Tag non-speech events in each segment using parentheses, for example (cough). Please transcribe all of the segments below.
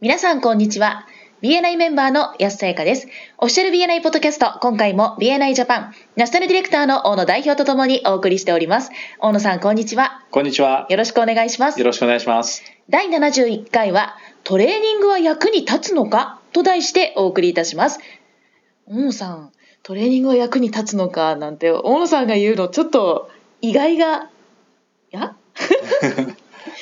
皆さん、こんにちは。BNI メンバーの安さやかです。オフィシャル BNI ポッドキャスト、今回も BNI ジャパン、ナショナルディレクターの大野代表とともにお送りしております。大野さん、こんにちは。こんにちは。よろしくお願いします。よろしくお願いします。第71回は、トレーニングは役に立つのかと題してお送りいたします。大野さん、トレーニングは役に立つのかなんて、大野さんが言うの、ちょっと意外が、いや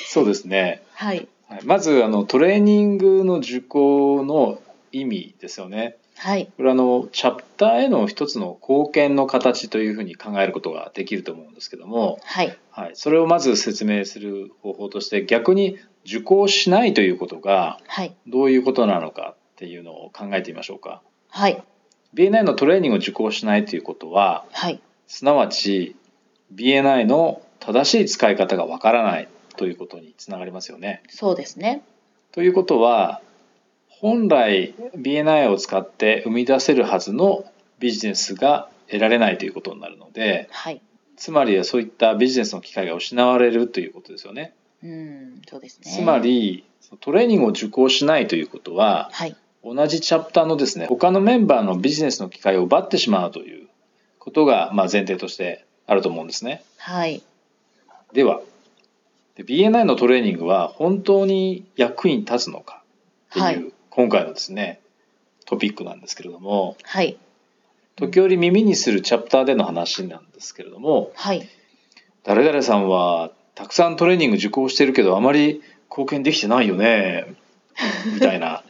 そうですね。はい。まずあのトレーニングの受講の意味ですよね。はい、これあのチャプターへの一つの貢献の形というふうに考えることができると思うんですけども、はい、はい、それをまず説明する方法として逆に受講しないということがどういうことなのかっていうのを考えてみましょうか。はい、 BNI のトレーニングを受講しないということは、はい、すなわち BNI の正しい使い方がわからないということにつながりますよね。そうですねということは本来 BNI を使って生み出せるはずのビジネスが得られないということになるので、はい、つまりはそういったビジネスの機会が失われるということですよね。うんそうですねつまりトレーニングを受講しないということは、はい、同じチャプターのですね他のメンバーのビジネスの機会を奪ってしまうということが、まあ、前提としてあると思うんですね。はい、ではで BNI のトレーニングは本当に役に立つのかっていう、はい、今回のですねトピックなんですけれども、はい、時折耳にするチャプターでの話なんですけれども、はい、誰々さんはたくさんトレーニング受講してるけどあまり貢献できてないよねみたい (laughs) な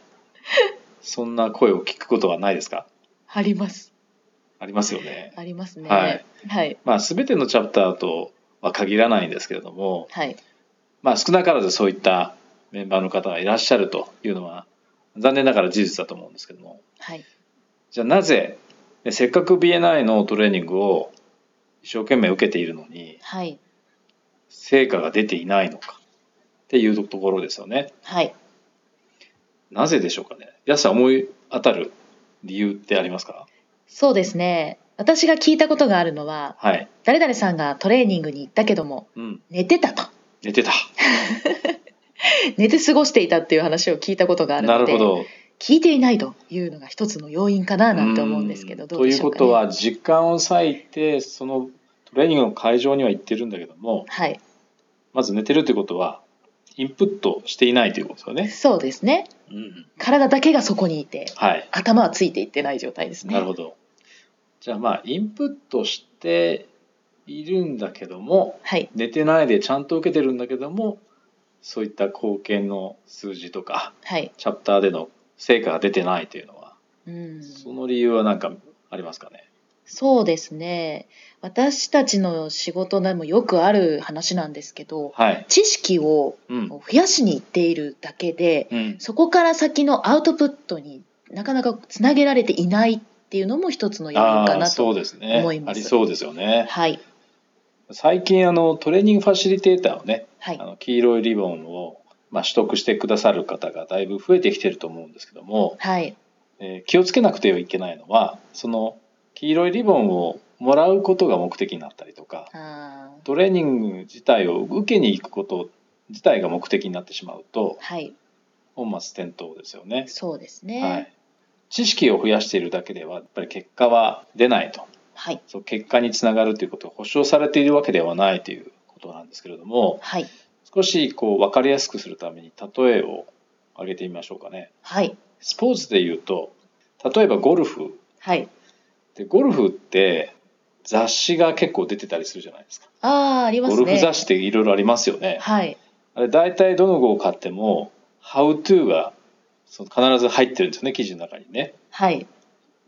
そんな声を聞くことはないですかあります。ありますよね。ありますね。はい。はい、まあ全てのチャプターとは限らないんですけれども、はい、まあ、少なからずそういったメンバーの方がいらっしゃるというのは残念ながら事実だと思うんですけども、はい、じゃあなぜせっかく BNI のトレーニングを一生懸命受けているのに、はい、成果が出ていないのかっていうところですよね。はい、なぜでしょうかね安さん思い当たる理由ってありますかそうですね私が聞いたことがあるのは、はい、誰々さんがトレーニングに行ったけども、うん、寝てたと。 (laughs) 寝てた寝て過ごしていたっていう話を聞いたことがあるのでなるほど聞いていないというのが一つの要因かななんて思うんですけどどうでしょうか、ね、ということは時間を割いてそのトレーニングの会場には行ってるんだけども、はい、まず寝てるということはインプットしていないということですよね。そうですね、うん、体だけがそこにいて、はい、頭はついていってない状態ですね。なるほどじゃあまあインプットしているんだけども、はい、寝てないでちゃんと受けてるんだけどもそういった貢献の数字とか、はい、チャプターでの成果が出てないというのは、うん、その理由は何かありますかねそうですね私たちの仕事でもよくある話なんですけど、はい、知識を増やしにいっているだけで、うん、そこから先のアウトプットになかなかつなげられていないっていうのも一つの要因かなと思います。あ、ね、りそうですよね。はい。最近あのトレーニングファシリテーターをね、はい、あの黄色いリボンを、まあ、取得してくださる方がだいぶ増えてきてると思うんですけども、はいえー、気をつけなくてはいけないのはその黄色いリボンをもらうことが目的になったりとかトレーニング自体を受けに行くこと自体が目的になってしまうと、はい、本末転倒ですよね。そうですね、はい、知識を増やしているだけではやっぱり結果は出ないとはい、そう結果につながるということが保証されているわけではないということなんですけれども、はい、少しこう分かりやすくするために例えを挙げてみましょうかね。はい、スポーツでいうと例えばゴルフ、はい、でゴルフって雑誌が結構出てたりするじゃないですか。ああります、ね、ゴルフ雑誌っていろいろありますよね。はい、あれ大体どの号を買っても「How to が」が必ず入ってるんですよね記事の中にね。はい、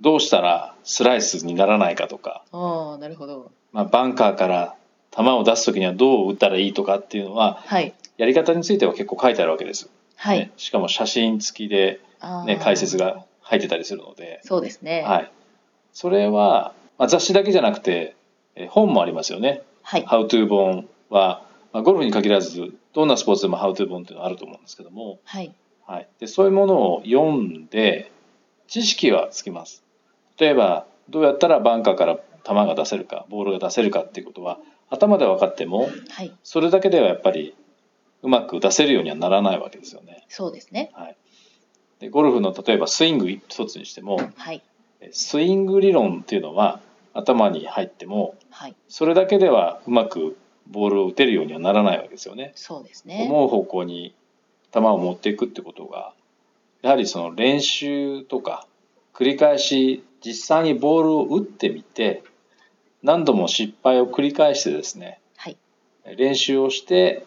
どうしたらスライスにならないかとかあなるほど、まあ、バンカーから球を出す時にはどう打ったらいいとかっていうのは、はい、やり方については結構書いてあるわけです、はいね、しかも写真付きで、ね、解説が入ってたりするのでそうですね、はい、それは、まあ、雑誌だけじゃなくて、え本もありますよね。はい、 How to 本は、まあ、ゴルフに限らずどんなスポーツでも How to 本っていうのはあると思うんですけども、はいはい、でそういうものを読んで知識はつきます。例えばどうやったらバンカーから球が出せるかボールが出せるかっていうことは頭で分かっても、はい、それだけではやっぱりうまく出せるようにはならないわけですよね。そうですね、はい、でゴルフの例えばスイング一つにしてもはいえスイング理論っていうのは頭に入ってもはいそれだけではうまくボールを打てるようにはならないわけですよね。そうですね。思う方向に球を持っていくってことがやはりその練習とか繰り返し実際にボールを打ってみて何度も失敗を繰り返してですねはい練習をして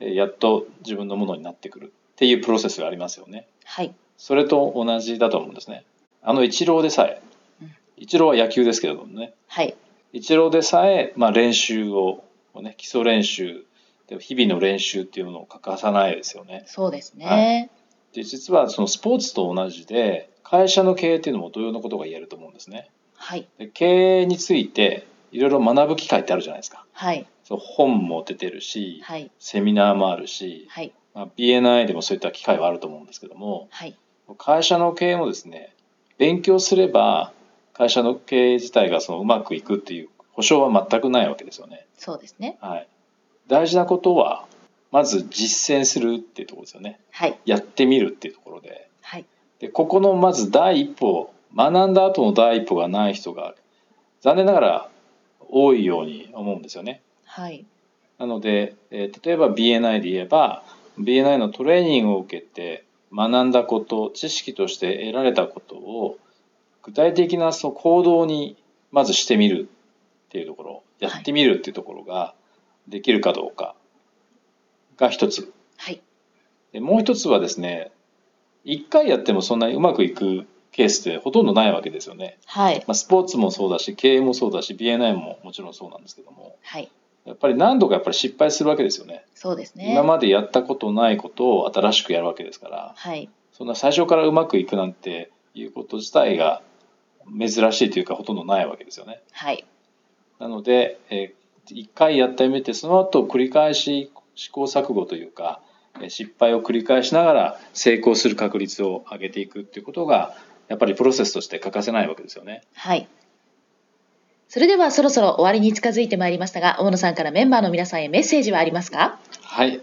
えやっと自分のものになってくるっていうプロセスがありますよね。はいそれと同じだと思うんですね。あのイチローでさえうん、イチローは野球ですけれどもね、はいイチローでさえ、まあ、練習を、ね、基礎練習、で日々の練習っていうものを欠かさないですよね。そうですね。で、実はそのスポーツと同じで、会社の経営っていうのも同様のことが言えると思うんですね。はいで経営について、いろいろ学ぶ機会ってあるじゃないですか。はいそう本も出てるし、はいセミナーもあるし、はいまあ、BNI でもそういった機会はあると思うんですけども、はい会社の経営もですね勉強すれば会社の経営自体がそのうまくいくっていう保証は全くないわけですよね、そうですね。はい、大事なことはまず実践するっていうところですよねはいやってみるっていうところではいでここのまず第一歩学んだ後の第一歩がない人が残念ながら多いように思うんですよねはいなので、えー例えば BNI で言えば BNI のトレーニングを受けて学んだこと知識として得られたことを具体的なその行動にまずしてみるっていうところやってみるっていうところができるかどうかが一つはいでもう一つはですね一回やってもそんなにうまくいくケースってほとんどないわけですよね、はいまあ、スポーツもそうだし経営もそうだし BNI ももちろんそうなんですけどもはいやっぱり何度かやっぱり失敗するわけですよねそうですね。今までやったことないことを新しくやるわけですからはいそんな最初からうまくいくなんていうこと自体が珍しいというかほとんどないわけですよね。はいなので、えー一回やってみてその後繰り返し試行錯誤というかえー失敗を繰り返しながら成功する確率を上げていくっていうことがやっぱりプロセスとして欠かせないわけですよね。はい。それではそろそろ終わりに近づいてまいりましたが、大野さんからメンバーの皆さんへメッセージはありますかはい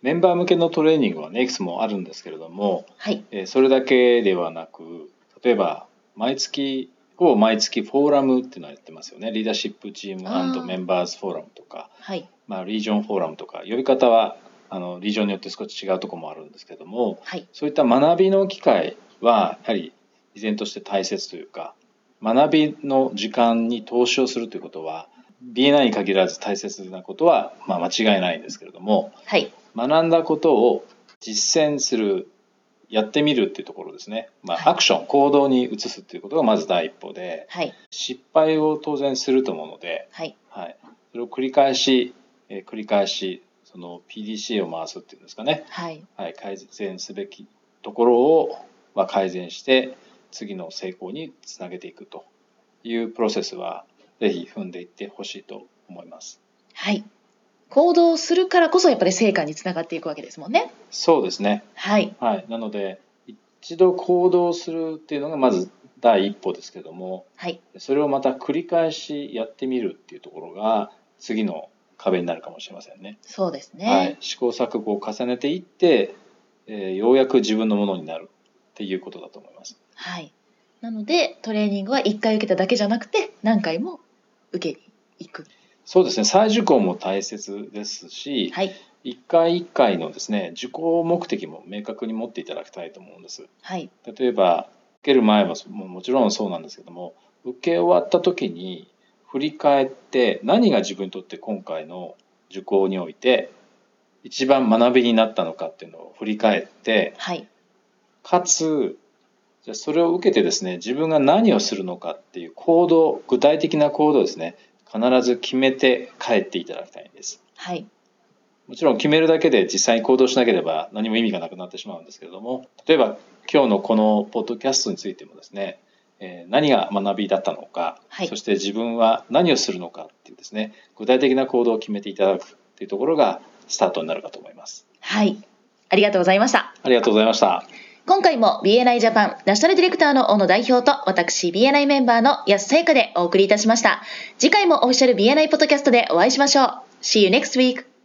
メンバー向けのトレーニングはねいくつもあるんですけれども、はいえーそれだけではなく例えば毎月ほぼ毎月フォーラムっていうのはやってますよねリーダーシップチーあームメンバーズフォーラムとかはいまあ、リージョンフォーラムとか呼び方はあのリージョンによって少し違うところもあるんですけどもはいそういった学びの機会はやはり依然として大切というか学びの時間に投資をするということは BNI に限らず大切なことは、まあ、間違いないんですけれどもはい学んだことを実践するやってみるっていうところですね、まはいあ、アクション、行動に移すっていうことがまず第一歩ではい失敗を当然すると思うので、はいはい、それを繰り返し、えー繰り返しその PDCA を回すっていうんですかね、はいはい、改善すべきところを、まあ、改善して次の成功につなげていくというプロセスはぜひ踏んでいってほしいと思います。はい。行動するからこそやっぱり成果につながっていくわけですもんね。そうですねはいはい、なので一度行動するっていうのがまず第一歩ですけどもはいそれをまた繰り返しやってみるっていうところが次の壁になるかもしれませんね。そうですね。はい、試行錯誤を重ねていって、えーようやく自分のものになるっていうことだと思います。はい。なので、トレーニングは1回受けただけじゃなくて、何回も受けに行く。そうですね再受講も大切ですし、はい。一回一回のですね受講目的も明確に持っていただきたいと思うんです。はい。例えば受ける前はそもうもちろんそうなんですけども受け終わった時に振り返って何が自分にとって今回の受講において一番学びになったのかっていうのを振り返ってはい。かつじゃあそれを受けてですね自分が何をするのかっていう行動具体的な行動をですね必ず決めて帰っていただきたいんです。はい。もちろん決めるだけで実際に行動しなければ何も意味がなくなってしまうんですけれども例えば今日のこのポッドキャストについてもですね、えー何が学びだったのか、はいそして自分は何をするのかっていうですね具体的な行動を決めていただくっていうところがスタートになるかと思います。はい。ありがとうございました。ありがとうございました。今回も BNI ジャパンナショナルディレクターの大野代表と私 BNI メンバーの安さやかでお送りいたしました。次回もオフィシャル BNI ポッドキャストでお会いしましょう。See you next week!